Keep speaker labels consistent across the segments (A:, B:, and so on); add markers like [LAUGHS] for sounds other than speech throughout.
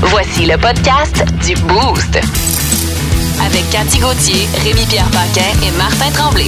A: Voici le podcast du Boost. Avec Cathy Gauthier, Rémi-Pierre Paquin et Martin Tremblay.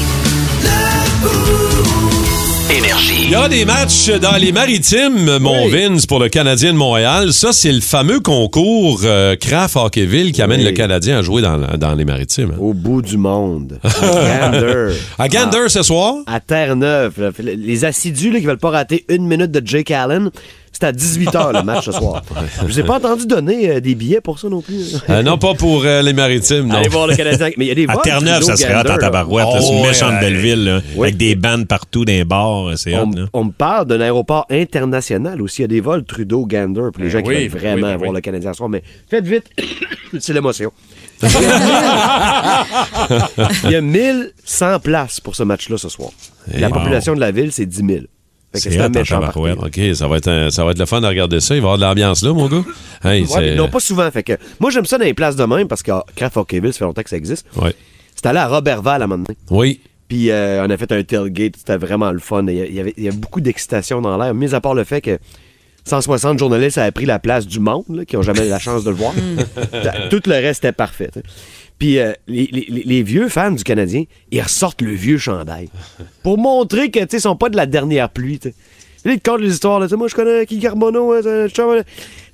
B: Il y aura des matchs dans les maritimes, mon Vince, pour le Canadien de Montréal. Ça, c'est le fameux concours euh, Craft Hockeyville qui amène
C: Oui.
B: le Canadien à jouer dans, la- dans les maritimes. hein.
C: Au bout du
D: [LAUGHS]
C: monde. À Gander.
B: À Gander ce soir,
C: À Terre-Neuve. là. Fait- Les assidus là, qui veulent pas rater une minute de Jake Allen, c'est à 18h le match ce soir. Je vous ai pas entendu donner euh, des billets pour ça non plus.
B: Euh, non pas pour euh, les maritimes, non.
C: Allez voir le Canadien. Mais il y a des
D: À
C: vols
D: Terre-Neuve,
C: toujours
D: ça
C: au
D: serait hot
C: Gander,
D: en
C: là.
D: tabarouette. là. c'est
B: Oh,
D: une
B: ouais,
D: méchante
B: ouais.
D: belle ville, là,
C: Oui.
D: avec des bandes partout, des bars. C'est hot,
C: On,
D: là.
C: on me parle d'un aéroport international aussi. Il y a des vols Trudeau-Gander pour les gens qui
D: oui,
C: veulent
D: ben
C: vraiment
D: oui, ben
C: voir
D: oui.
C: le Canadien ce soir. Mais faites vite, [COUGHS] c'est
D: [LAUGHS]
C: l'émotion. Il y a 1100 places pour ce match-là ce soir. la
B: Hey,
C: population de la ville, c'est 10 000. Fait que
D: C'est
C: c'est
D: hot hein,
C: un
D: en
C: méchant parti.
D: tabarouette.
B: OK, ça va, être un- ça va être le fun de regarder ça. Il va y avoir de l'ambiance là, mon gars. Hey,
C: Ouais, mais
B: c'est-
C: non, pas souvent. Fait que, moi, j'aime ça dans les places de même parce que ah, Craft Hockeyville, ça fait longtemps que ça existe.
B: Ouais.
C: C'était allé à Robertval à un moment donné.
B: Oui.
C: Puis euh, on a fait un tailgate, c'était vraiment le fun. Il y a- il y avait, il y a beaucoup d'excitation dans l'air, mis à part le fait que 160 journalistes avaient pris la place du monde, là, qui n'ont jamais eu la chance de le voir. [LAUGHS] Tout le reste était parfait. tu sais. Puis euh, les, les- les- les vieux fans du Canadien, ils ressortent le vieux chandail pour montrer que tu sais, ils sont pas de la dernière pluie. tu sais. Là, ils te content les histoires. Là, Tu sais, moi, je connais qui Carbono. hein, ça, je sais pas.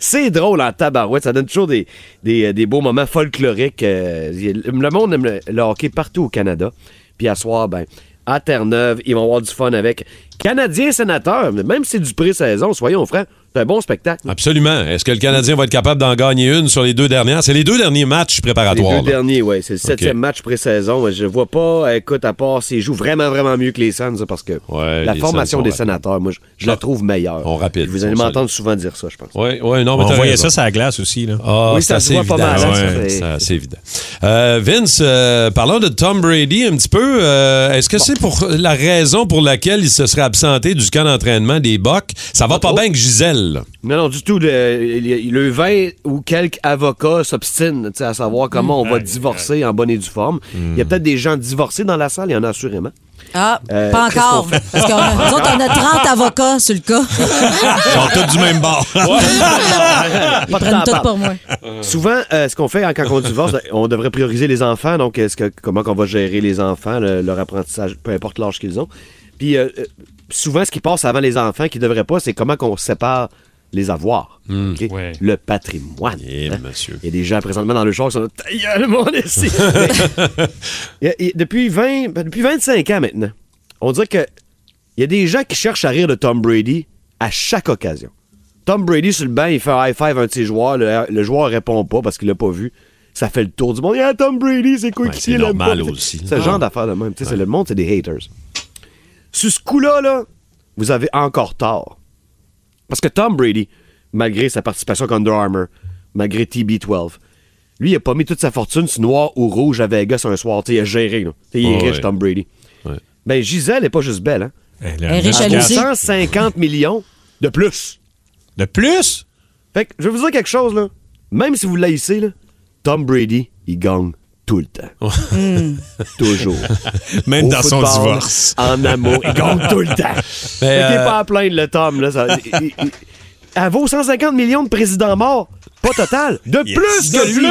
C: C'est drôle en tabarouette. Ça donne toujours des, des, euh, des beaux moments folkloriques. euh, y- le monde aime le, le hockey partout au Canada. Puis à soir, ben, à Terre-Neuve, ils vont avoir du fun avec Canadiens sénateurs. Mais Même si c'est du pré-saison, soyons francs, c'est un bon spectacle.
B: Absolument. Est-ce que le Canadien va être capable d'en gagner une sur les deux dernières? C'est les deux derniers matchs
C: Les
B: préparatoires.
C: deux
B: là.
C: derniers, oui. C'est le septième match pré-saison. Je vois pas, écoute, à part s'ils jouent vraiment, vraiment mieux que les Suns, parce que
B: Ouais,
C: la
B: les
C: formation
B: Suns sont
C: des
B: rapides. Ah,
C: sénateurs, moi, je, je la trouve meilleure.
B: On rapide.
C: Vous allez
B: On
C: m'entendre souvent dire ça, je pense.
B: Oui, oui, non, mais
D: On
B: t'as
D: voyait
B: raison.
D: ça sur la glace aussi. Là.
B: Ah,
C: Oui,
B: c'est
C: ça se
B: assez
C: voit pas
B: évident.
C: mal, hein,
B: Ouais,
C: ça fait-
B: c'est assez évident. Euh, Vince, euh, parlons de Tom Brady un petit peu. Euh, Est-ce que c'est pour la raison pour laquelle il se serait absenté du camp d'entraînement des Bucks? Ça
C: Oh.
B: va pas bien que Gisèle. là.
C: Non, non, du tout. Le, le- le 20 ou quelques avocats s'obstinent tu sais, à savoir comment on va divorcer en bonne et due forme. Il y a peut-être des gens divorcés dans la salle, il y en a assurément.
E: Ah,
C: Euh,
E: pas encore.
C: qu'est-ce
E: Parce qu'on a, nous autres, on a 30 avocats sur le cas.
D: Ils sont tous du même bord.
C: Pas de
E: Ils
C: temps à
E: prennent tout
C: perdre.
E: pour moi.
C: Souvent, euh, ce qu'on fait hein, quand on divorce, on devrait prioriser les enfants. Donc, est-ce que, comment on va gérer les enfants, le- leur apprentissage, peu importe l'âge qu'ils ont. Puis, euh, euh, souvent, ce qui passe avant les enfants, qui ne devrait pas, c'est comment on sépare les avoirs. OK?
D: Ouais.
C: Le patrimoine.
B: Eh,
C: hein.
B: monsieur.
C: Il y a des gens présentement dans le char qui sont là, Ta gueule, mon esti! Il y a- il- depuis, 20, ben, depuis 25 ans maintenant, on dirait que il y a des gens qui cherchent à rire de Tom Brady à chaque occasion. Tom Brady sur le banc, il fait un high five à un de ses joueurs, le, le joueur répond pas parce qu'il l'a pas vu. Ça fait le tour du monde. Ah, Tom Brady, c'est quoi
B: Ouais, c'est normal aussi.
C: Ce genre d'affaires de même. Tu sais, c'est Le monde, c'est des haters. Sur ce coup-là, là, vous avez encore tort. Parce que Tom Brady, malgré sa participation avec Under Armour, malgré TB12, lui, il a pas mis toute sa fortune sur noir ou rouge à Vegas un soir. Tu sais, il a géré. là. Tu sais, il est
B: Ouais,
C: riche,
B: ouais.
C: Tom Brady.
B: Ouais.
C: Ben, Gisèle est pas juste belle. Hein?
D: Elle
E: Elle est riche à
C: Elle vaut
B: Ah,
E: Jalousie.
C: 150 millions de plus.
D: De plus?
C: Fait que, je vais vous dire quelque chose, là. Même si vous l'haïssez, là, Tom Brady, il gagne tout le temps. [LAUGHS] Toujours.
D: Même
C: Au
D: dans son [LAUGHS]
C: football,
D: divorce.
C: [LAUGHS] En amour. Il gagne tout le temps. Fait
B: Mais,
C: qu'il est
B: euh,
C: pas à plaindre, le Tom. Là, ça- il- il- il- elle vaut 150 millions de présidents morts. Pas total. De plus que lui.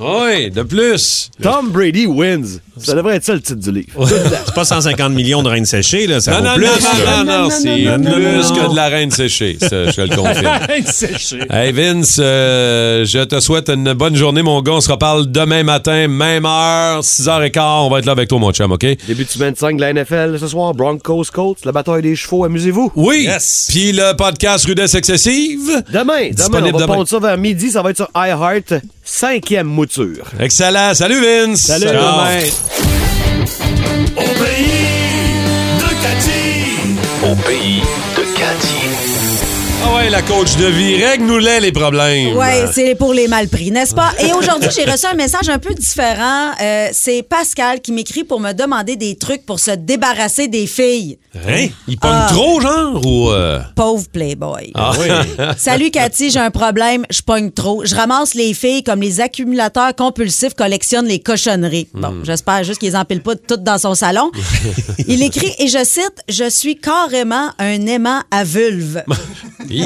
B: oui, de plus.
C: Tom Brady wins. Ça devrait être ça le titre du
D: Oh.
C: livre.
D: C'est pas 150 millions de reines séchées, là. Ça
B: Non,
D: vaut
B: non,
D: plus,
B: non,
D: là.
B: non, non, non, c'est
D: non, non,
B: plus
D: non.
B: que de la reine séchée, ça,
D: [LAUGHS]
B: je le confirme. Hey Vince, euh, je te souhaite une bonne journée, mon gars. On se reparle demain matin, même heure, 6h15. On va être là avec toi, mon chum, OK?
C: Début de semaine 5 de la NFL ce soir. Broncos, Colts, la bataille des chevaux. Amusez-vous.
B: Oui.
D: Yes.
B: Puis le podcast Rudesse Excessive.
C: Demain, demain,
B: Disponible
C: on va
B: demain.
C: pondre ça vers midi. Ça va être sur iHeart. Cinquième mouture.
B: Excellent. Salut Vince.
C: Salut.
B: Ciao.
C: Demain.
F: Au pays de Cathy.
B: Ah ouais, la coach de vie, règle-nous les, les problèmes.
E: Oui, c'est pour les mal pris, n'est-ce pas? Et aujourd'hui, j'ai reçu un message un peu différent. Euh, c'est Pascal qui m'écrit pour me demander des trucs pour se débarrasser des filles.
B: Hein? Ils pognent trop, genre, ou... euh,
E: Pauvre Playboy.
B: Ah oui.
E: Salut Cathy, j'ai un problème, je pogne trop. Je ramasse les filles comme les accumulateurs compulsifs collectionnent les cochonneries. Bon, j'espère juste qu'ils empilent pas toutes dans son salon. Il écrit, et je cite, « Je suis carrément un aimant à vulve. »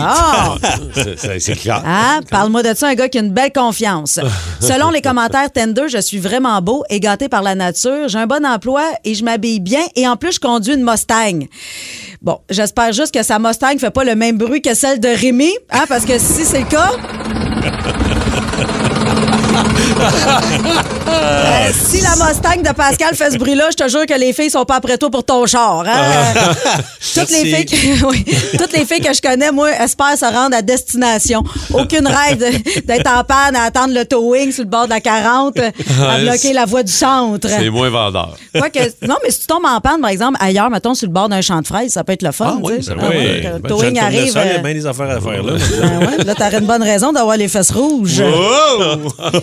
E: Ah!
B: C'est- c'est c'est clair.
E: Hein? Parle-moi de ça, un gars qui a une belle confiance. Selon les commentaires Tinder, je suis vraiment beau et gâté par la nature. J'ai un bon emploi et je m'habille bien et en plus, je conduis une Mustang. Bon, j'espère juste que sa Mustang fait pas le même bruit que celle de Rémi, hein, parce que si c'est le cas... Euh, si la Mustang de Pascal fait ce bruit-là, je te jure que les filles sont pas après toi pour ton char. hein. Euh, toutes, les filles que, [LAUGHS] oui, toutes les filles que je connais, moi, espèrent se rendre à destination. Aucune rêve de- d'être en panne, à attendre le towing sur le bord de la 40, euh, à
B: Ouais,
E: bloquer
B: c'est-
E: la voie du centre.
B: [LAUGHS] C'est moins vendeur.
E: Quoi que- non, mais si tu tombes en panne, par exemple, ailleurs, mettons, sur le bord d'un champ de fraises, ça peut être le fun. tu sais.
D: ça-
E: Ah ouais, quand le
D: Ben,
E: towing
D: Jeanne
E: arrive.
D: Tournesol, Il y a
E: euh,
D: bien des affaires à faire, là.
E: ben ouais, là, t'aurais une bonne raison d'avoir les fesses rouges.
B: Oh!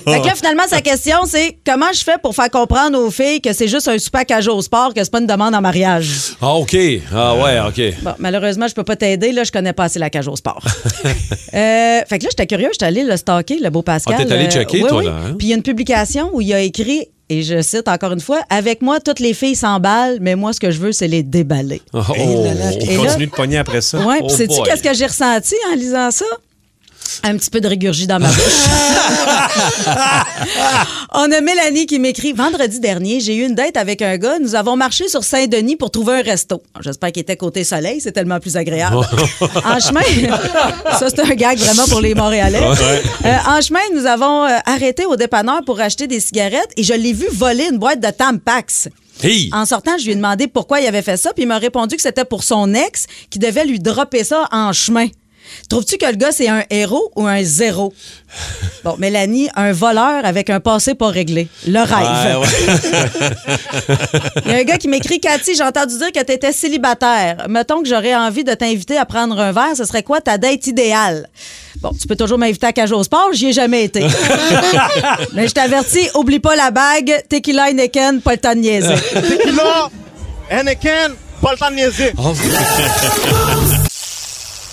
E: Fait que là, finalement, sa question, c'est comment je fais pour faire comprendre aux filles que c'est juste un super cajot au sport, que c'est pas une demande en mariage?
B: Ah, OK. Ah ouais, OK.
E: Bon, malheureusement, je peux pas t'aider, là, je connais pas assez la cage
B: [LAUGHS]
E: au sport. Euh, fait que là, j'étais curieux, j'étais allée le stalker, le beau Pascal.
B: Ah, t'es allée
E: Euh,
B: checker,
E: oui,
B: toi,
E: oui.
B: là, hein?
E: Puis il y a une publication où il a écrit, et je cite encore une fois, Avec moi, toutes les filles s'emballent, mais moi, ce que je veux, c'est les déballer.
B: Oh.
E: Et
D: On
E: là-
D: continue de pogner après ça.
E: Ouais,
B: Oh
E: puis sais-tu
B: boy.
E: qu'est-ce que j'ai ressenti en lisant ça? Un petit peu de régurgie dans ma
B: [LAUGHS]
E: bouche. On a Mélanie qui m'écrit Vendredi dernier, j'ai eu une date avec un gars. Nous avons marché sur Saint-Denis pour trouver un resto. J'espère qu'il était côté soleil, c'est tellement plus
B: [LAUGHS]
E: agréable. en chemin, ça c'est un gag vraiment pour les Montréalais. Euh, en chemin, nous avons euh, arrêté au dépanneur pour acheter des cigarettes et je l'ai vu voler une boîte de Tampax.
B: Hey!
E: En sortant, je lui ai demandé pourquoi il avait fait ça, puis il m'a répondu que c'était pour son ex qui devait lui dropper ça en chemin. Trouves-tu que le gars, c'est un héros ou un zéro? Bon, Mélanie, un voleur avec un passé pas réglé. Le rêve. [LAUGHS] Il y a un gars qui m'écrit Cathy, j'ai entendu dire que tu étais célibataire. Mettons que j'aurais envie de t'inviter à prendre un verre, ce serait quoi ta date idéale? Bon, tu peux toujours m'inviter à Cajot Sport, j'y ai jamais été. Mais je t'avertis, oublie pas la bague, tequila Heineken, pas le temps de niaiser.
G: Tequila, Henneken, pas le temps de niaiser.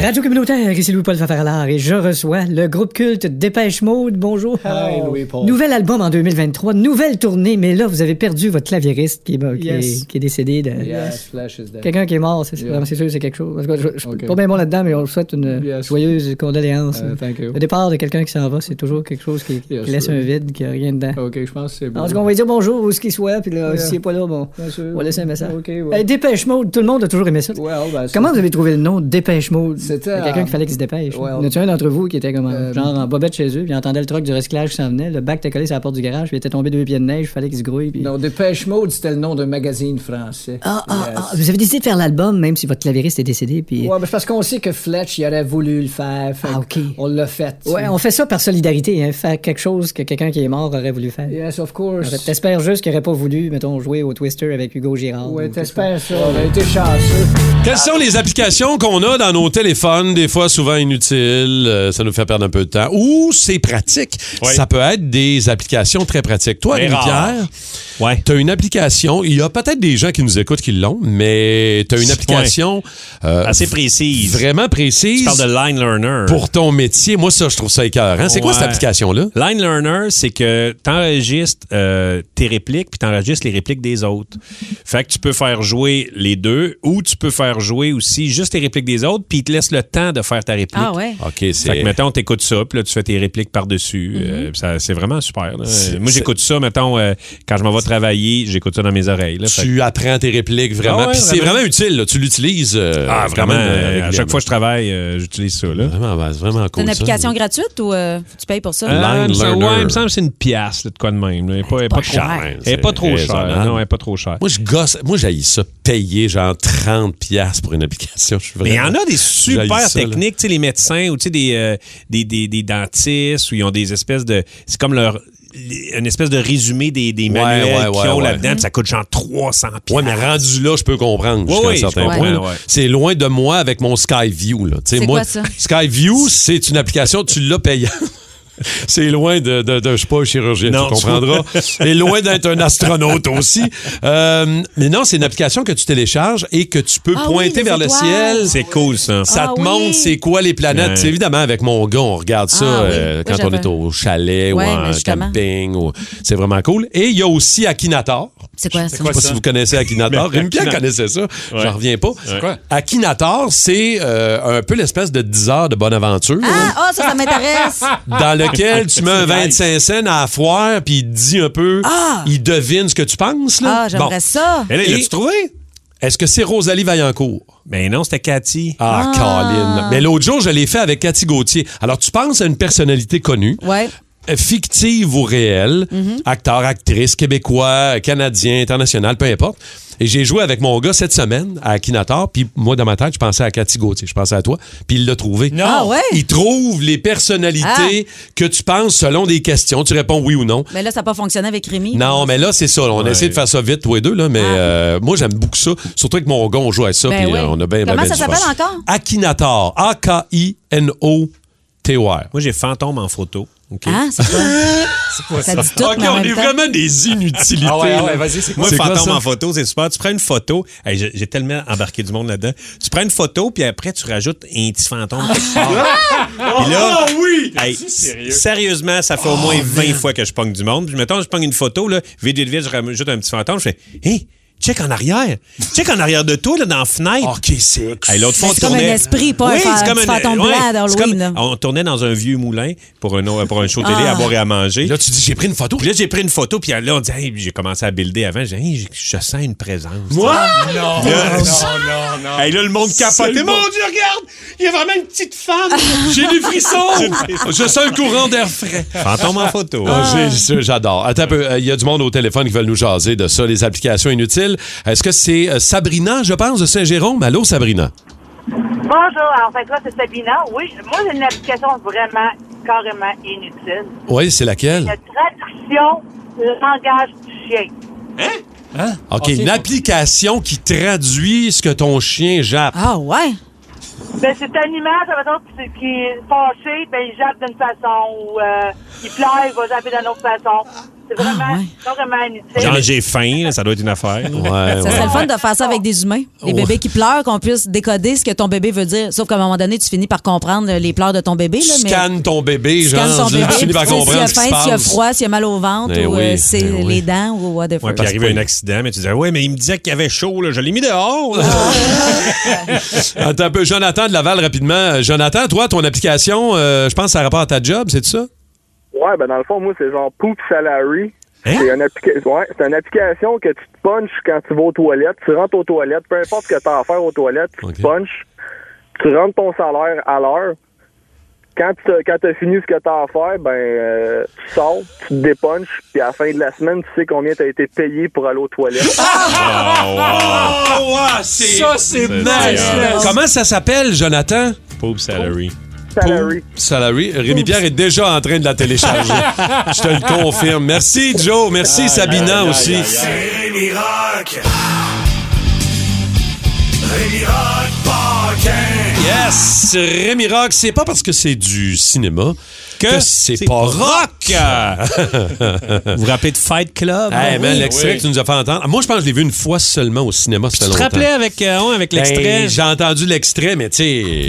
H: Radio communautaire, ici Louis-Paul Fafaralard et je reçois le groupe culte Dépêche Mode. Bonjour. Nouvel album en 2023, nouvelle tournée, mais là, vous avez perdu votre claviériste qui est, mort, qui
I: Yes.
H: est- qui est décédé. de- Quelqu'un qui est mort, c'est sûr, c'est sûr, c'est quelque chose. En tout cas, je- je suis
I: Ok.
H: pas bien bon là-dedans, mais on le souhaite une
I: Yes.
H: joyeuse condoléance.
I: Euh, thank you.
H: Le départ de quelqu'un qui s'en va, c'est toujours quelque chose qui, qui
I: Yes,
H: laisse
I: sir.
H: un vide, qui a rien dedans.
I: OK, je pense que c'est bon.
H: En tout cas, on va lui dire bonjour où ce qu'il soit, puis là,
I: Yeah.
H: s'il n'est pas là, bon,
I: Bien sûr.
H: on va laisser un message.
I: Ok, ouais.
H: Hey, Dépêche Mode, tout le monde a toujours aimé ça.
I: Well, ben, c'est-
H: Comment vous avez trouvé le nom Dépêche Mode?
I: C'était,
H: Il y a quelqu'un
I: euh,
H: qui fallait qu'il se dépêche.
I: ouais,
H: Y en a-tu un d'entre vous qui était comme euh,
I: Euh,
H: genre en bobette chez eux, puis il entendait le truc du recyclage qui s'en venait, le bac était collé sur la porte du garage, puis il était tombé deux pieds de neige, fallait qu'il se grouille. Puis...
I: Non, Dépêche Mode, c'était le nom d'un magazine français.
H: Ah, ah,
I: Yes.
H: ah, vous avez décidé de faire l'album, même si votre clavieriste est décédé, puis.
I: Ouais, ben, c'est parce qu'on sait que Fletch, il aurait voulu le faire. fait
H: Ah,
I: que
H: ok.
I: On l'a fait. tu
H: Ouais,
I: sais.
H: on fait ça par solidarité, hein, faire quelque chose que quelqu'un qui est mort aurait voulu faire.
I: Yes, of course.
H: Alors, T'espères juste qu'il n'aurait pas voulu, mettons, jouer au Twister avec Hugo Girard.
I: Ouais,
H: ou quelque
I: t'espères ça. On a été chanceux.
B: Quelles sont les applications qu'on a dans nos téléphones, des fois souvent inutiles, euh, ça nous fait perdre un peu de temps, ou c'est pratique.
D: Oui.
B: Ça peut être des applications très pratiques. Toi,
D: Mais
B: Pierre,
D: rare. Ouais.
B: tu as une application, il y a peut-être des gens qui nous écoutent qui l'ont, mais tu as une
D: Ouais.
B: application euh,
D: Assez précise.
B: vraiment
D: Tu
B: précise
D: parles de Line Learner.
B: pour ton métier. Moi, ça, je trouve ça écœurant. C'est quoi
D: Ouais.
B: cette application-là?
D: Line Learner, c'est que euh, tu enregistres tes répliques, puis tu enregistres les répliques des autres. Fait que tu peux faire jouer les deux, ou tu peux faire faire jouer aussi juste les répliques des autres, puis il te laisse le temps de faire ta réplique.
E: Ah ouais.
B: OK,
D: Fait
B: c'est.
D: que, mettons, t'écoutes ça, puis là, tu fais tes répliques par-dessus. Euh, ça- c'est vraiment super. là.
B: C'est-
D: Moi, j'écoute ça, mettons, euh, quand je m'en vais travailler, j'écoute ça dans mes oreilles. là. Fait que-
B: Tu apprends tes répliques vraiment.
D: Ah ouais,
B: Puis c'est
D: vraiment.
B: vraiment utile. là. Tu l'utilises. euh,
D: Ah,
B: quand
D: vraiment,
B: même, euh,
D: euh, à chaque
B: régulièrement.
D: fois que je travaille, euh, j'utilise ça. Là.
B: Vraiment, ben, c'est vraiment
E: T'as
B: cool.
E: une
B: ça.
E: application gratuite ou euh, tu payes pour ça?
B: Euh, Line
D: il me semble-
B: Learner.
D: ouais, il me semble que c'est une pièce, là, de quoi de même. là. Elle n'est pas, elle est
E: pas
D: pas, trop-
E: cher.
D: elle est pas trop
B: Raisonnable.
D: chère. Non, elle est pas trop chère.
B: Moi, je gosse. Moi, j'ai ça payer genre 30$ piastres pour une application. Je suis
D: Mais il y
B: vraiment-
D: en a des
B: J'haïs
D: super
B: ça, là.
D: techniques, tu sais, les médecins ou tu sais, des, euh, des, des, des dentistes où ils ont des espèces de. C'est comme leur. Une espèce de résumé des, des manuels
B: ouais,
D: qu'ils
B: ouais,
D: ont
B: ouais.
D: là-dedans. puis Ça coûte genre 300
B: Ouais, mais rendu là, je peux comprendre jusqu'à
D: Oui,
B: un
D: oui,
B: certain
D: je
B: point.
D: comprends,
B: là.
D: ouais.
B: C'est loin de moi avec mon Skyview. là. Tu sais,
E: C'est
B: moi,
E: quoi ça?
B: Skyview, c'est une application, tu l'as payant. [LAUGHS] C'est loin de, de, de- je suis pas un chirurgien,
D: Non,
B: tu comprendras.
D: [LAUGHS]
B: Et loin d'être un astronaute aussi. Euh, mais non, c'est une application que tu télécharges et que tu peux
E: Ah oui,
B: pointer
E: les
B: vers le
E: étoiles.
B: ciel.
D: C'est cool, ça.
B: Ça
E: Ah
B: te
E: oui.
B: montre c'est quoi les planètes.
D: Ouais.
B: C'est Évidemment, avec mon gars, on regarde ça
E: Ah oui,
B: euh,
E: oui,
B: quand on
E: j'avais.
B: est au chalet
E: Ouais,
B: ou
E: mais
B: en
E: justement.
B: camping. ou- C'est vraiment cool. Et il y a aussi Akinator.
E: C'est quoi ça?
B: Je sais pas si vous connaissez Akinator.
D: Mais
B: Rémi Pierre
D: Akinator-
B: connaissait ça. J'en reviens pas.
D: C'est quoi?
B: Akinator, c'est euh, un peu l'espèce de 10 heures de bonne aventure
E: Ah, ah, ça,
B: [LAUGHS]
E: ça m'intéresse.
B: dans lequel tu
D: [LAUGHS]
B: mets un 25 cents à la foire puis il te dit un peu,
E: Ah!
B: il devine ce que tu penses. Là.
E: Ah, j'aimerais
B: Bon.
E: ça.
D: Elle
B: Et-
D: l'as-tu trouvé?
B: Est-ce que c'est Rosalie Vaillancourt?
D: Ben non, c'était Cathy.
B: Ah, Colin. Mais l'autre jour, je l'ai fait avec Cathy Gauthier. Alors, tu penses à une personnalité connue,
E: Ouais.
B: euh, fictive ou réelle,
E: Mhm.
B: acteur, actrice, québécois, canadien, international, peu importe. Et j'ai joué avec mon gars cette semaine à Akinator, puis moi, dans ma tête, je pensais à Cathy Gauthier, je pensais à toi, puis il l'a trouvé. Non!
E: Ah ouais? Ah.
B: Il trouve les personnalités que tu penses selon des questions. Tu réponds oui ou non.
E: Mais là, ça n'a pas fonctionné avec Rémi.
B: Non, mais là, c'est ça. là. On a essayé de faire ça vite, tous les deux, là, mais euh, moi, j'aime beaucoup ça. Surtout avec mon gars, on joue à ça.
E: Ah. Ben
B: puis,
E: oui.
B: euh, on a bien,
E: Comment
B: bien, bien
E: ça
B: du fun.
E: s'appelle encore?
B: Akinator. A-K-I-N-O-T-O-R.
D: Moi, j'ai fantôme en photo. OK.
E: Hein? C'est
B: [LAUGHS]
E: quoi? ça dit tout,
B: OK,
E: mais en
B: on
E: même
B: est
E: temps.
B: vraiment des inutilités.
D: Ah ouais,
B: là.
D: ah ouais, vas-y, c'est quoi? Moi,
B: C'est quoi,
D: fantôme
B: ça?
D: en photo, c'est super. Tu prends une photo. Hey, j'ai j'ai tellement embarqué du monde là-dedans. Tu prends une photo, puis après, tu rajoutes un petit fantôme. quelque part. Puis là, oui! sérieusement, ça fait au moins 20 fois que je pogne du monde. Puis mettons, je pogne une photo, là, vide, vide, vide, je rajoute un petit fantôme. Je fais, hé, check en arrière. Check en arrière de toi, là, dans la fenêtre.
B: OK, c'est
D: Hey, l'autre fois,
E: Mais
D: on
E: c'est comme
D: tournait-
E: un esprit, pas un
D: Oui,
E: fa-
D: c'est comme
E: un fantôme
D: ouais,
E: blanc
D: c'est
E: d'Halloween,
D: comme-
E: là.
D: On tournait dans un vieux moulin pour un, pour un show télé
E: Ah.
D: à boire et à manger.
B: Là, tu dis, j'ai pris une photo.
D: Puis là, j'ai pris une photo, puis là, on dit, hey, j'ai commencé à builder avant. J'ai dit, hey, je sens une présence. Moi? Non, non, non, Hey, là, le monde capotait. Mon Dieu, regarde! Il y a vraiment une petite femme!
B: J'ai des frissons. Je sens un courant d'air frais.
D: Fantôme en photo.
B: Ah, j'ai- j'ai- J'adore. Attends un peu, euh, il y a du monde au téléphone qui veulent nous jaser de ça, les applications inutiles. Est-ce que c'est euh, Sabrina, je pense, de Saint-Jérôme? Allô, Sabrina?
J: Bonjour, en fait, là, c'est Sabina. Oui, moi, j'ai une application vraiment, carrément inutile.
B: Oui, c'est laquelle?
J: La traduction langage du chien.
E: Ah,
B: OK, une application qui traduit ce que ton chien jappe.
E: Ah ouais?
J: Ben, c'est un image, par exemple, qui, qui est fâché, ben, il jappe d'une façon, ou euh, il pleure, il va japper d'une autre façon. C'est vraiment,
E: Ah, ouais.
J: carrément inutile.
D: Genre, j'ai faim, là, ça doit être une affaire.
B: Ouais,
E: Ah. Ça serait
B: ouais.
E: le fun de faire ça avec des humains. Les
B: Ouais.
E: bébés qui pleurent, qu'on puisse décoder ce que ton bébé veut dire. Sauf qu'à un moment donné, tu finis par comprendre les pleurs de ton bébé.
B: Tu
E: Là, mais...
B: scannes ton bébé,
E: Tu
B: genre,
E: scannes ton
B: tu
E: bébé,
B: finis
E: puis
B: par
E: tu sais s'il
B: comprendre
E: a
B: ce qui se
E: faim, s'il a
B: passe.
E: froid, s'il a mal au ventre,
B: Eh
E: ou
B: oui,
E: euh,
B: eh
E: c'est
B: oui.
E: les dents, ou whatever.
D: Ouais, puis il arrivait un accident, mais tu disais, ouais, mais il me disait qu'il y avait chaud, là. Je l'ai mis dehors, là.
B: Attends un peu, Jonathan de Laval, rapidement. Euh, Jonathan, toi, ton application, euh, je pense, que ça a rapport à ta job, c'est
D: Euh,
B: ça?
F: Ouais, ben dans le fond, moi, c'est genre Poop Salary.
D: Hein?
F: C'est une, applica- ouais, c'est une application que tu te punches quand tu vas aux toilettes. Tu rentres aux toilettes, peu importe ce que tu as à faire aux toilettes, tu
B: Ok.
F: te punches. Tu rentres ton salaire à l'heure. Quand tu quand as fini ce que tu as à faire, ben euh, tu sors, tu te dépunches, puis à la fin de la semaine, tu sais combien tu as été payé pour aller aux toilettes.
B: Ça, c'est
D: nice.
B: Comment ça s'appelle, Jonathan?
D: Poop salary.
F: Salary.
B: Salary. Rémi Pierre est déjà en train de la
D: [LAUGHS]
B: télécharger. Je te le confirme. Merci, Joe. Merci, Sabina aussi. Yes, Rémi Rock, c'est pas parce que c'est du cinéma que, c'est
D: c'est
B: pas rock.
D: vous
B: [LAUGHS]
D: vous rappelez de Fight Club?
B: Hey, man,
D: Oui.
B: l'extrait que tu nous as fait entendre. Moi, je pense que je l'ai vu une fois seulement au cinéma.
D: Tu te rappelais avec, euh, ouais, avec l'extrait?
B: Ben, J'ai entendu l'extrait, mais tu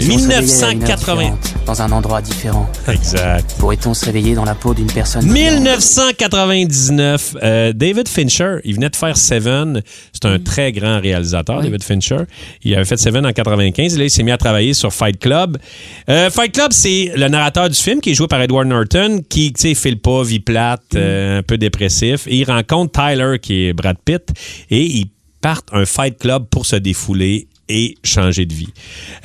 B: sais.
D: 1980.
K: Dans un endroit différent.
D: Exact.
K: Pourrait-on se réveiller dans la peau d'une personne
D: 1999, euh, David Fincher, il venait de faire Seven. C'est un très grand réalisateur, David Fincher. Il avait fait Seven en 95. Et là, il s'est mis à travailler sur Fight Club. Euh, Fight Club, c'est le narrateur du film qui est joué par Edward Norton, qui, tu sais, file pas, vie plate, euh, un peu dépressif. Et il rencontre Tyler, qui est Brad Pitt, et ils partent un Fight Club pour se défouler et changer de vie.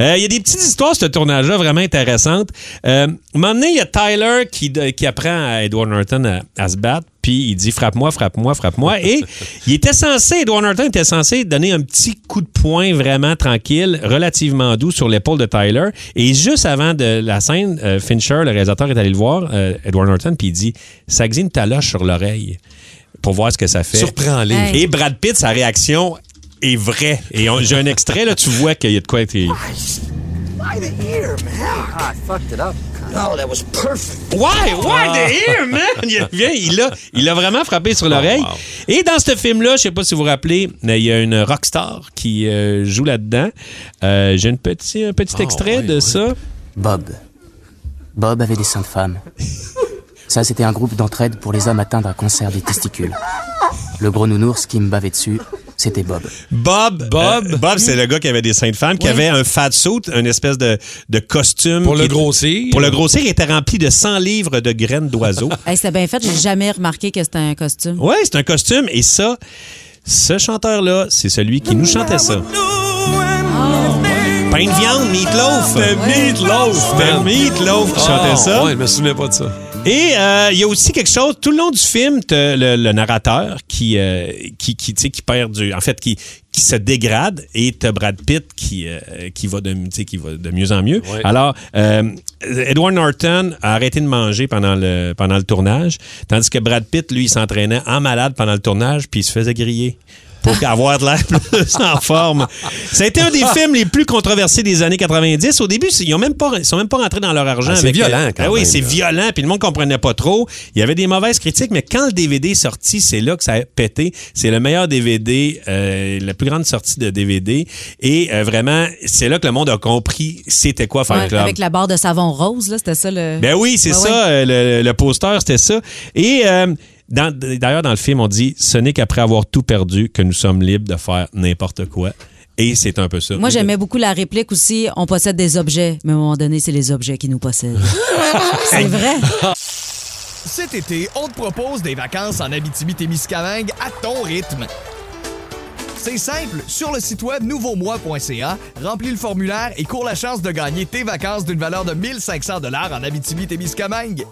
D: Euh, Il y a des petites histoires, ce tournage-là, vraiment intéressantes. Euh, un moment donné, il y a Tyler qui, de- qui apprend à Edward Norton à, à se battre, puis il dit frappe-moi, frappe-moi, frappe-moi. Et il était censé, Edward Norton était censé donner un petit coup de poing vraiment tranquille, relativement doux sur l'épaule de Tyler. Et juste avant de la scène, euh, Fincher, le réalisateur, est allé le voir, euh, Edward Norton, puis il dit ça une taloche sur l'oreille pour voir ce que ça fait.
B: Surprends-les.
E: Hey.
D: Et Brad Pitt, sa réaction est vraie. Et on- j'ai un extrait, là, tu vois qu'il y a de quoi. t'es- Ah, Why? Why the ear, man? Il vient, il a, il a vraiment frappé sur l'oreille.
B: wow.
D: Et dans ce film-là, je sais pas si vous vous rappelez, mais il y a une rockstar qui euh, joue là-dedans. Euh, J'ai une petit, un petit
B: Ah,
D: extrait
B: ouais,
D: de
B: ouais.
D: ça.
K: Bob. Bob avait des seins de femme. Ça, c'était un groupe d'entraide pour les hommes atteints d'un cancer des testicules. Le gros nounours qui me bavait dessus, c'était Bob.
D: Bob. Bob. Bob, c'est le gars qui avait des seins de femme, qui avait un fat suit, une espèce de, de costume.
B: Pour
D: qui
B: le
D: était-
B: grossir.
D: Pour le grossir, il était rempli de 100 livres de graines d'oiseaux.
L: Hey, c'était bien fait, j'ai jamais remarqué que c'était un costume.
D: Ouais, c'est un costume. Et ça, ce chanteur-là, c'est celui qui nous chantait ça. Pain de viande, meatloaf. C'était meatloaf. C'était meatloaf qui chantait ça.
B: Ouais, je me souvenais pas de ça.
D: Et euh, il y a aussi quelque chose, tout le long du film, t'as le, le narrateur qui, euh, qui, qui, tu sais, qui perd du... En fait, qui, qui se dégrade et t'as Brad Pitt qui, euh, qui, va de, tu sais, qui va de mieux en mieux.
B: Ouais.
D: Alors, euh, Edward Norton a arrêté de manger pendant le, pendant le tournage, tandis que Brad Pitt, lui, il s'entraînait en malade pendant le tournage puis il se faisait griller
B: [LAUGHS]
D: pour avoir de l'air plus en forme. Ça a été un des films les plus controversés des années 90. Au début, ils ont même pas, ils sont même pas rentrés dans leur argent.
B: Ah, c'est
D: avec-
B: violent, quand
D: Ah oui,
B: même,
D: c'est
B: là.
D: violent, puis le monde comprenait pas trop. Il y avait des mauvaises critiques, mais quand le DVD est sorti, c'est là que ça a pété. C'est le meilleur DVD, euh, la plus grande sortie de DVD. Et euh, vraiment, c'est là que le monde a compris c'était quoi faire
L: Ouais,
D: club.
L: avec la barre de savon rose, là, c'était ça le.
D: Ben oui, c'est
L: Ouais,
D: ça. euh, Le, le poster, c'était ça. Et euh, dans- d'ailleurs, dans le film, on dit ce n'est qu'après avoir tout perdu que nous sommes libres de faire n'importe quoi. Et c'est un peu ça.
L: Moi, j'aimais beaucoup la réplique aussi on possède des objets, mais à un moment donné, c'est les objets qui nous possèdent. c'est vrai.
M: Cet été, on te propose des vacances en Abitibi-Témiscamingue à ton rythme. C'est simple, sur le site web nouveaumois.ca, remplis le formulaire et cours la chance de gagner tes vacances d'une valeur de 1500 dollars en Abitibi-Témiscamingue.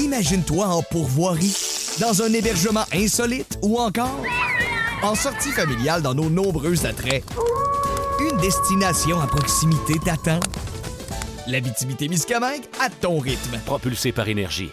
M: Imagine-toi en pourvoirie, dans un hébergement insolite ou encore en sortie familiale dans nos nombreux attraits. Une destination à proximité t'attend. L'Abitibi-Témiscamingue à ton rythme.
K: Propulsé par énergie.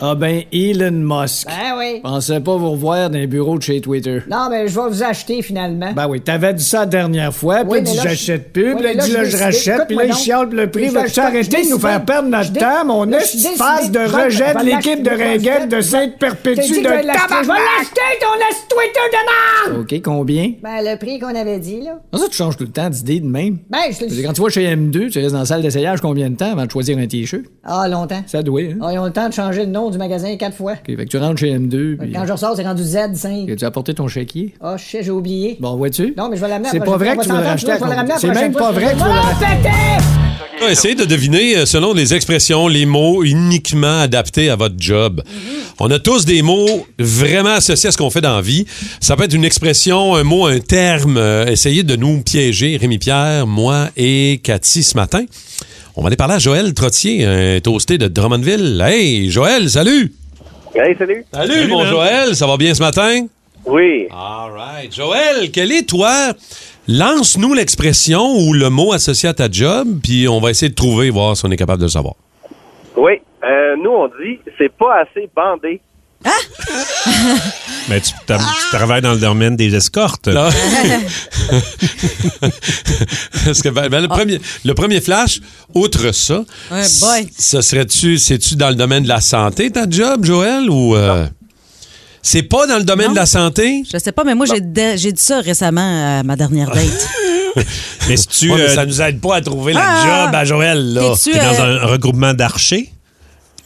H: Ah ben, Elon Musk.
N: Ben oui.
H: Pensais pas vous revoir dans les bureaux de chez Twitter.
N: Non, mais je vais vous acheter finalement.
H: Ben oui, t'avais dit ça la dernière fois,
N: Oui,
H: puis il dit
N: mais là,
H: j'achète
N: je-
H: plus,
N: oui,
H: puis là,
N: mais
H: il
N: là,
H: dit
N: je
H: là
N: me
H: je
N: suis
H: rachète,
N: décidé,
H: puis là il
N: écoute-moi
H: chiale
N: donc.
H: le prix.
N: Je
H: Vas-tu
N: suis
H: arrêter de nous
N: décidé-
H: faire perdre
N: je
H: notre
N: dé-
H: temps, mon
N: je
H: est
N: suis décidé
H: face de
N: de prendre-
H: rejet
N: je
H: de
N: vais
H: l'équipe de
N: l'acheter,
H: ringuettes de
N: T'as dit
H: Sainte-Perpétue
N: que
H: de
N: je vais l'acheter, je vais
H: Tabarnak!
N: l'acheter ton est Twitter de merde!
H: OK, combien?
N: Ben, le prix qu'on avait dit, là.
H: Ah, ça, tu changes tout le temps d'idée de même.
N: Ben, je te
H: Je veux dire, Quand tu vas chez M2, tu restes dans la salle d'essayage combien de temps avant de choisir un t-shirt?
N: Ah, longtemps.
H: Ça doit, hein?
N: Ah, ils ont le temps de changer le nom du magasin quatre fois.
H: OK, fait que tu rentres chez M2, puis...
N: Quand je ressors, c'est rendu Z5.
H: tu as apporté ton chéquier?
N: Ah, je sais, j'ai oublié.
H: Bon, vois-tu?
N: Non, mais je vais l'amener à la
H: C'est pas
N: prochaine
H: vrai
N: fois.
H: que tu veux le
N: On va
H: racheter à
N: s'entendre, je vais le
H: compte. C'est
N: ramener à la
H: même pas
N: prochaine
H: vrai que tu
N: fois.
H: veux le racheter.
B: Ouais, Ah, essayez de deviner, euh, selon les expressions, les mots uniquement adaptés à votre job. On a tous des mots vraiment associés à ce qu'on fait dans la vie. Ça peut être une expression, un mot, un terme. Euh, essayez de nous piéger, Rémi-Pierre, moi et Cathy, ce matin. On va aller parler à Joël Trottier, un toasté de Drummondville. Hey, Joël, salut!
F: Hey, salut.
B: Salut, mon
D: man.
B: Joël, ça va bien ce matin?
F: Oui.
B: All right. Joël, quel est, toi, lance-nous l'expression ou le mot associé à ta job, puis on va essayer de trouver, voir si on est capable de le savoir.
F: Oui. Euh, nous, on dit, c'est pas assez bandé.
D: Mais tu, t'as-
L: Ah!
D: tu travailles dans le domaine des
B: Euh,
D: escortes.
B: [LAUGHS] Parce que, ben, ben, le, premier, le premier flash, outre ça,
E: Ah. Ouais,
B: c-
E: boy.
B: ce serait-tu, c'est-tu dans le domaine de la santé, ta job, Joël, ou... euh, c'est pas dans le domaine de la santé?
E: Je sais pas, mais moi, j'ai dé- j'ai dit ça récemment à ma dernière date.
D: Mais si tu.
B: Ouais, mais
D: euh,
B: ça nous aide pas à trouver la
E: Ah!
B: job à Joël, là.
E: T'es-tu,
D: T'es dans
E: euh,
D: un regroupement d'archers.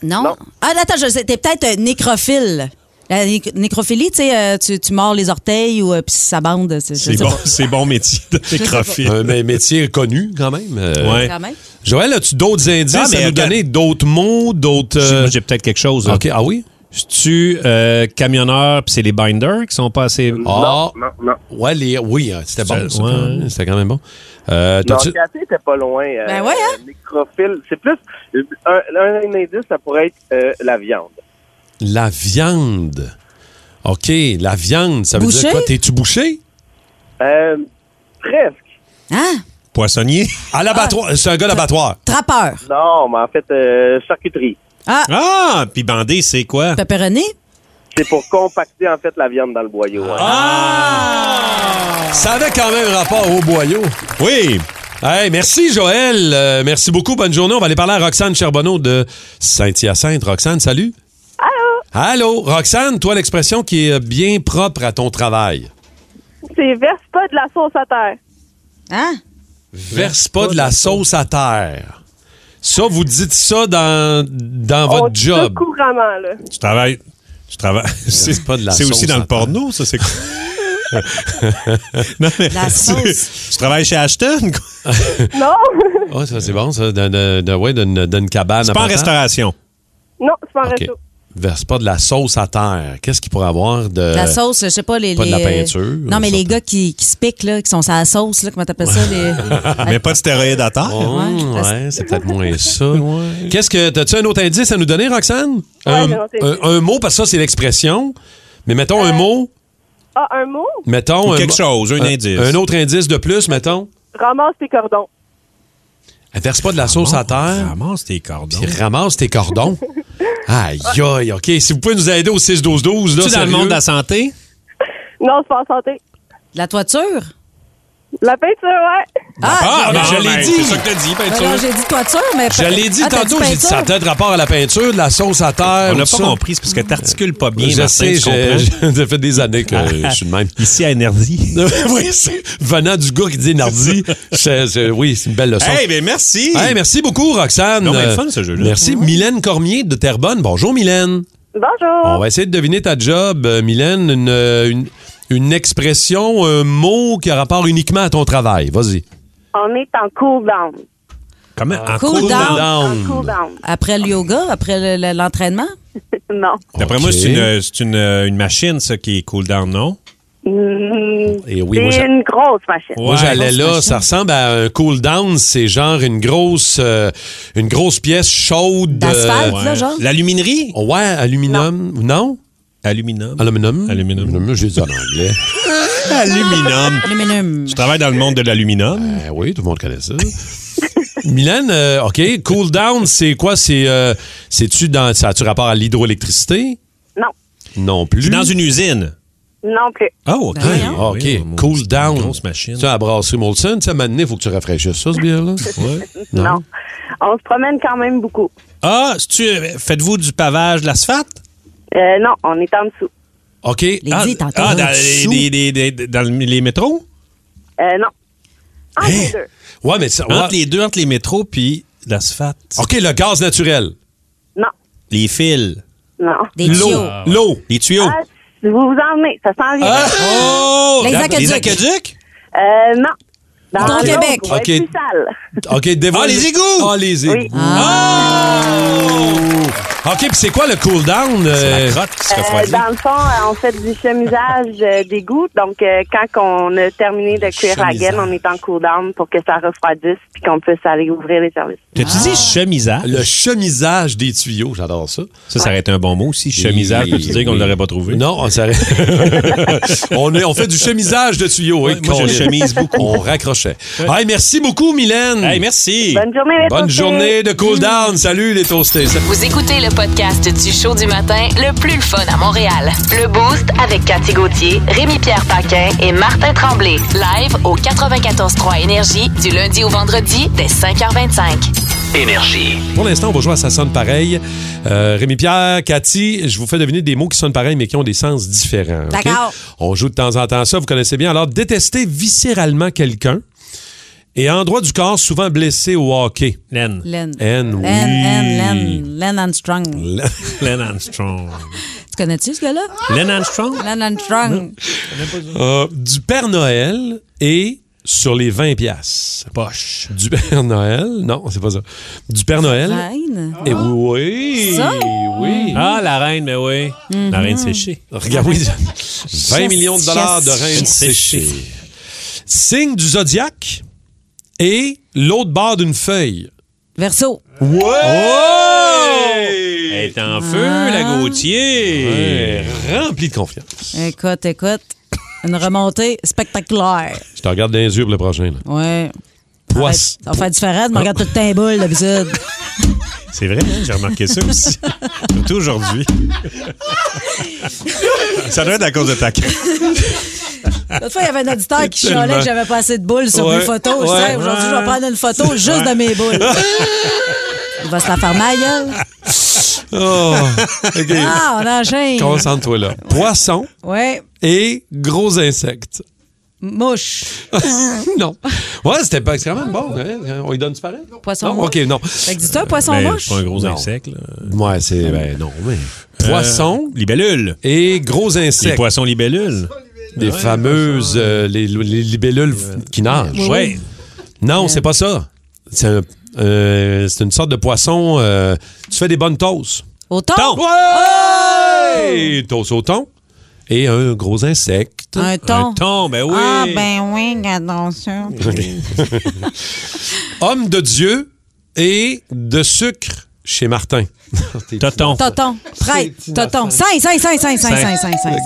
E: Non? Ah, attends, je sais. T'es peut-être euh, nécrophile. La né- nécrophilie, tu sais, euh, tu, tu mords les orteils ou euh, puis ça bande. C'est je
B: C'est
E: sais
D: [LAUGHS]
B: bon,
E: pas.
B: c'est bon métier de
E: nécrophile.
B: Un mé- métier connu, quand même. euh.
E: Ouais. Quand même.
B: Joël, as-tu d'autres indices
D: Ah, mais
B: à nous
D: regarde.
B: donner? D'autres mots, d'autres... euh,
D: J'ai peut-être quelque chose. là.
B: OK, ah oui?
D: Tu euh, camionneur, puis c'est les binders qui sont pas assez.
B: Ah.
C: Non, non.
B: Ouais, les- oui, hein, c'était bon.
D: Ça-
B: ça,
D: ouais.
B: quand même. C'était quand même bon. Euh,
C: Non,
B: t'as-tu-
C: Cathy était pas loin. euh,
E: Ben ouais, hein?
C: Nécrophile. C'est plus. Un, un indice, ça pourrait être euh, la viande.
B: La viande. OK, la viande, ça veut
C: Boucher?
B: dire quoi? T'es-tu bouché?
C: Euh, presque.
E: Hein?
D: Poissonnier.
B: À l'abattoir. C'est un gars d'abattoir.
E: Trappeur.
C: Non, mais en fait, euh, charcuterie.
E: Ah!
D: Ah! Puis bandé, c'est quoi?
E: Pepperoni?
C: C'est pour compacter, en fait, la viande dans le boyau. hein.
B: Ça avait quand même rapport au boyau. Oui. Hey, merci Joël. Euh, merci beaucoup. Bonne journée. On va aller parler à Roxane Cherbonneau de Saint-Hyacinthe. Roxane, salut. Allô. Allô. Roxane, toi, l'expression qui est bien propre à ton travail.
I: C'est verse pas de la sauce à terre.
E: Hein?
B: Verse pas de la sauce à terre. Ça, vous dites ça dans, dans votre job.
I: Couramment, là.
D: Tu travailles. Tu
B: [LAUGHS]
D: travailles. C'est
B: pas de la
D: C'est
B: sauce
D: aussi dans
B: à
D: le porno, ça, c'est quoi?
B: [LAUGHS]
D: non, mais.
I: La
D: Tu, tu travailles chez Ashton, quoi?
I: Non!
B: Ah, ça, c'est bon, ça. D'un- d'un- d'un- ouais, D'une d'une cabane.
D: C'est pas en
B: à patates.
D: restauration.
I: non, c'est pas un
B: OK.
I: resto.
B: Verse pas de la sauce à terre. Qu'est-ce qu'il pourrait avoir de.
E: De la sauce, je sais pas, les.
B: Euh, pas de
E: les-
B: la peinture,
E: Non, mais les gars qui, qui se piquent, là, qui sont sur la sauce, là, comment t'appelles ça?
B: [LAUGHS]
E: Les...
B: Ah.
E: Ah,
D: Mais pas de stéroïdes à terre.
B: Oh, ouais, c'est peut-être moins ça. [LAUGHS] Qu'est-ce que. T'as-tu un autre indice à nous donner, Roxane? un,
I: j'ai un autre indice. Euh,
B: un- un mot, parce que ça, c'est l'expression. Mais mettons un mot.
I: Ah, un mot?
B: Mettons.
D: Ou quelque
B: mo-
D: chose, un indice.
B: Un autre indice de plus, mettons.
I: Ramasse tes cordons.
B: Elle verse pas de la sauce à terre.
D: Ramasse tes cordons.
B: Puis ramasse tes
I: [LAUGHS]
B: cordons. Aïe, aïe, OK. Si vous pouvez nous aider au 6-12-12, là,
D: Tu es dans le
B: sérieux.
D: monde de la santé?
I: Non, c'est pas en santé.
E: La toiture?
I: La peinture, ouais.
B: Ah, ben, je l'ai dit.
D: C'est ça que t'as dit, ben, peinture.
E: Alors, j'ai dit toiture, mais.
B: Je l'ai dit
E: Ah, t'as
B: tantôt, j'ai dit
E: peinture?
B: ça a peut-être rapport à la peinture, de la sauce à terre.
D: On n'a
B: tout
D: pas
B: Ah, ça.
D: compris, c'est parce que t'articules pas bien,
B: je
D: Martin,
B: sais,
D: tu
B: j'ai-
D: comprends?
B: ça fait des années que je suis de même.
D: Ici, à Énergie.
B: [LAUGHS] oui, c'est- venant du gars qui dit [LAUGHS] Nardi, c'est- c'est- oui, c'est une belle leçon.
D: Hey, ben merci!
B: Hey, merci beaucoup, Roxane.
D: Non, mais le
B: Euh,
D: fun, ce jeu-là.
B: Merci. Mylène Cormier de Terrebonne. Bonjour, Mylène. On
I: Bonjour.
B: va essayer de deviner ta job, euh, Mylène. Une, euh, une, une expression, un mot qui a rapport uniquement à ton travail. Vas-y.
I: On est en cool down.
D: Comment? En
E: Cool
D: cool
E: down.
I: En cool down.
E: Après le yoga, après le- le- l'entraînement?
I: non.
D: D'après moi, c'est une, c'est une, une machine, ça, qui est cool down, non?
I: Mm,
B: Et oui, moi,
I: c'est
B: j'a-
I: une grosse machine.
B: Moi,
D: Ouais,
B: j'allais
D: grosse
B: là,
D: machine.
B: ça ressemble à un cool down, c'est genre une grosse, euh, une grosse pièce chaude.
E: D'asphalte,
B: euh,
E: là, genre?
D: L'aluminerie?
B: ouais. Ouais, aluminium. Non?
D: Aluminum.
B: Aluminum.
D: Aluminum.
B: Aluminum, je l'ai dit
D: [LAUGHS]
B: en anglais.
D: Aluminum.
E: Aluminum.
D: Je travaille dans le monde de l'aluminum.
B: Ben oui, tout le monde connaît ça. [LAUGHS] Mylène, euh, OK, cool down, c'est quoi? C'est, euh, c'est-tu dans, ça a-tu rapport à l'hydroélectricité?
I: Non.
B: Non plus.
D: C'est dans une usine.
I: Non plus.
D: Ah, OK.
E: Ben voyons.
B: Ah, OK,
D: Oui, mon-
B: cool down.
D: une grosse machine.
B: Tu sais, à la brasserie Molson, tu sais, à un moment donné, il faut que tu rafraîchisses ça, ce bière-là.
I: Non.
B: Non.
I: On se promène quand même beaucoup.
D: Ah, c'est-tu- faites-vous du pavage de l'asphalte?
I: Euh, non, on est en dessous.
B: OK.
E: Les
D: ah,
E: dit tantôt.
D: ah, dans,
E: En
D: les,
E: dessous.
D: les- les- les- dans les métros?
I: Euh, non. En
B: Hein?
I: deux.
B: Ouais, mais ça. ouais.
D: Entre les deux, entre les métros puis l'asphalte.
B: OK, le gaz naturel.
I: Non.
D: Les fils.
I: Non.
E: Des tuyaux.
B: L'eau. Ah!
D: Les tuyaux.
I: Ah, vous vous en venez. Ça s'en vient.
D: Oh!
E: Les
D: Dans-
E: aqueducs.
H: Ah.
I: Euh, non. Dans
E: Dans
I: l'eau,
E: Québec.
I: pour
B: OK.
I: être plus sale.
B: OK, dévoile.
D: Ah, les égouts!
B: Ah, les égouts.
I: Oui.
B: Oh! OK, puis c'est quoi le cool down?
D: Ah! C'est
B: euh,
D: la crotte qui se
I: Euh,
D: refroidit.
I: dans le fond, euh, on fait du chemisage euh, d'égout. Donc, euh, quand on a terminé de cuire la
D: Chemisage.
I: gaine, on est en cool down pour que ça refroidisse puis qu'on puisse aller ouvrir les services.
D: T'as-tu dit chemisage?
B: Ah. Le chemisage des tuyaux, j'adore ça.
D: Ça, ça aurait été un bon mot aussi. Chemisage,
B: Et-
D: peux-tu dire qu'on ne l'aurait pas trouvé?
B: Non,
D: [LAUGHS]
B: on s'arrête. on, est- on fait du chemisage de tuyaux.
D: Ouais,
B: hein,
D: moi, je
B: Colin.
D: chemise beaucoup.
B: On raccrochait. Hey, merci beaucoup, Mylène.
D: Hey, merci!
I: Bonne journée, les
B: Bonne
I: toastés.
B: journée de cool down. Salut, les toastés.
A: Vous écoutez le le podcast du show du matin le plus le fun à Montréal. Le Boost avec Cathy Gauthier, Rémi-Pierre Paquin et Martin Tremblay. Live au 94.3 Énergie du lundi au vendredi dès 5h25.
D: Énergie. Pour l'instant, on va jouer à Ça sonne pareil. Euh, Rémi-Pierre, Cathy, je vous fais deviner des mots qui sonnent pareils, mais qui ont des sens différents. ok?
O: D'accord.
D: On joue de temps en temps ça, vous connaissez bien. Alors, détester viscéralement quelqu'un. Et endroit du corps souvent blessé au hockey. Len.
E: Len.
D: Len, oui.
E: Len, Len, Len, Len Armstrong.
D: Len-
B: Len Armstrong.
E: Tu connais-tu ce gars-là?
B: Len Armstrong?
E: Len Hein? Armstrong.
D: Euh, du Père Noël et sur les 20 piastres. Poche. Du Père Noël. Non, c'est pas ça. Du Père Noël.
E: Reine.
D: Et Eh oui.
E: Ça?
D: Oui. Mm-hmm.
B: Ah, la reine, mais oui. La reine séchée.
D: Regarde, oui. 20 millions de dollars de reines
B: Yes, yes.
D: séchées. Signe du zodiaque et l'autre barre d'une feuille.
E: Verso.
D: Ouais!
B: Elle est en feu, la Gauthier.
D: Remplie Ah. de confiance.
E: Écoute, écoute. Une remontée spectaculaire.
D: Je te regarde dans les yeux pour le prochain. là.
E: Ouais.
D: Poisse.
E: Ben, Ça va faire différent. Tu me regardes tout le temps les boules, d'habitude.
B: C'est vrai, hein, j'ai remarqué ça
D: [LAUGHS]
B: aussi. Surtout aujourd'hui. ça doit être à cause
D: [LAUGHS]
B: de ta crème.
E: L'autre fois, il y avait un auditeur qui chialait
B: Tellement.
E: que j'avais pas assez de boules sur
B: Ouais.
E: mes photos. Je
B: Ouais.
E: sais, aujourd'hui, je vais prendre une photo juste
B: Ouais.
E: de mes boules. Il va se la faire mal, gueule.
B: [LAUGHS]
D: Oh, OK.
E: Ah, on enchaîne.
D: Concentre-toi là. Poisson
E: Ouais.
D: et gros insectes.
E: Mouche.
D: [LAUGHS] non. Ouais, c'était pas extrêmement bon. hein. On lui donne du pareil?
E: Poisson
D: Non?
E: mouche.
D: OK, non.
E: Fait que dis-toi, poisson
D: Ben,
E: mouche.
D: pas un gros
B: Non.
D: insecte, Euh, Ouais, c'est. Ben non, mais. Poisson.
B: libellule.
D: Et gros insectes.
B: Les poissons libellules.
D: Des fameuses. euh, les, les libellules f- qui nagent.
B: Oui, oui.
D: Non, c'est pas ça. C'est un- euh, c'est une sorte de poisson. euh, tu fais des bonnes toasts.
E: Au thon?
D: Ouais! Toast au thon. Et un gros insecte.
E: Un thon.
D: Un thon, ben oui.
E: Ah, ben oui, regardons ça.
D: Homme de Dieu et de sucre chez Martin. Toton.
E: Toton. Prêtre. Toton. 5, 5, 5, 5, 5, 5, 5, 5.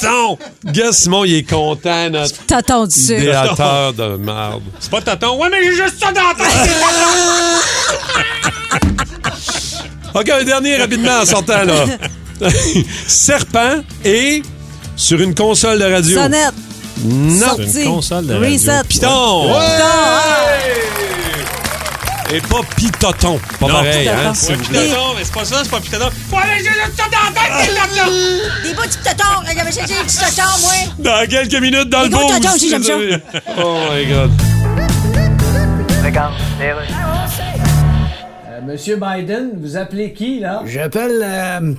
D: Toton! Gars, Simon, il est content, notre
E: Toton du sucre.
D: idéateur de marde.
B: C'est pas tonton. Ouais, mais j'ai juste ça dans la tête.
D: [LAUGHS] OK, un dernier rapidement en sortant, là. [LAUGHS] Serpent et sur une console de radio.
E: Sonnette.
D: Non.
E: Sortie. Sur une console de radio. Reset.
D: Python.
E: Ouais.
D: Et pas pitoton. Pas
B: Non,
D: pareil,
B: pitoton.
D: hein?
B: Ouais,
D: s'il vous plaît.
B: pitoton, mais c'est pas ça, c'est pas pitoton. Ouais, mais j'ai juste ça dans la tête.
E: Des bouts de toton. J'avais cherché des petits totons, moi.
D: Dans quelques minutes, dans
E: Les
D: le
E: gros
D: boost.
E: totons aussi, j'aime
B: euh,
E: ça.
D: Oh my God.
P: Regarde,
H: Euh, Monsieur Biden, vous appelez qui, là? J'appelle. euh,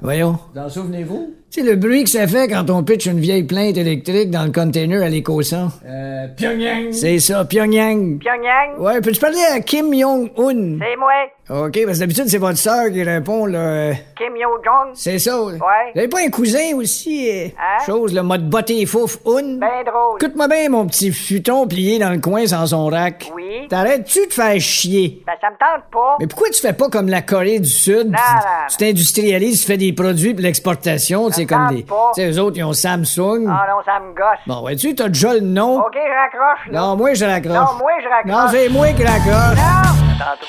H: Voyons. Vous en souvenez-vous? C'est le bruit que ça fait quand on pitch une vieille plainte électrique dans le container à l'éco-sang.
P: Euh, Pyongyang.
H: C'est ça, Pyongyang.
P: Pyongyang.
H: Ouais, peux-tu parler à Kim Jong-un?
P: C'est moi,
H: OK, parce que d'habitude, c'est votre sœur qui répond, là. euh,
P: Kim Yo-Jong.
H: C'est ça. Ouais. Vous avez pas un cousin aussi? euh,
P: Hein?
H: Chose, le mode botté fouf, une.
P: Ben drôle.
H: Écoute-moi bien, mon petit futon plié dans le coin sans son rack.
P: Oui.
H: T'arrêtes-tu de faire chier?
P: Ben, ça me tente pas.
H: Mais pourquoi tu fais pas comme la Corée du Sud?
P: Non,
H: Tu-
P: non,
H: Tu t'industrialises, tu fais des produits pour l'exportation, tu sais, comme
P: tente
H: des. Tu
P: pas.
H: sais, eux autres, ils ont Samsung.
P: Ah non, ça me gosse.
H: Bon, vois-tu, t'as déjà le nom.
P: OK, je raccroche, là.
H: Non, moi, je raccroche.
P: Non, moi, je raccroche.
H: Non, c'est moi qui raccroche.
P: Non! Tantôt.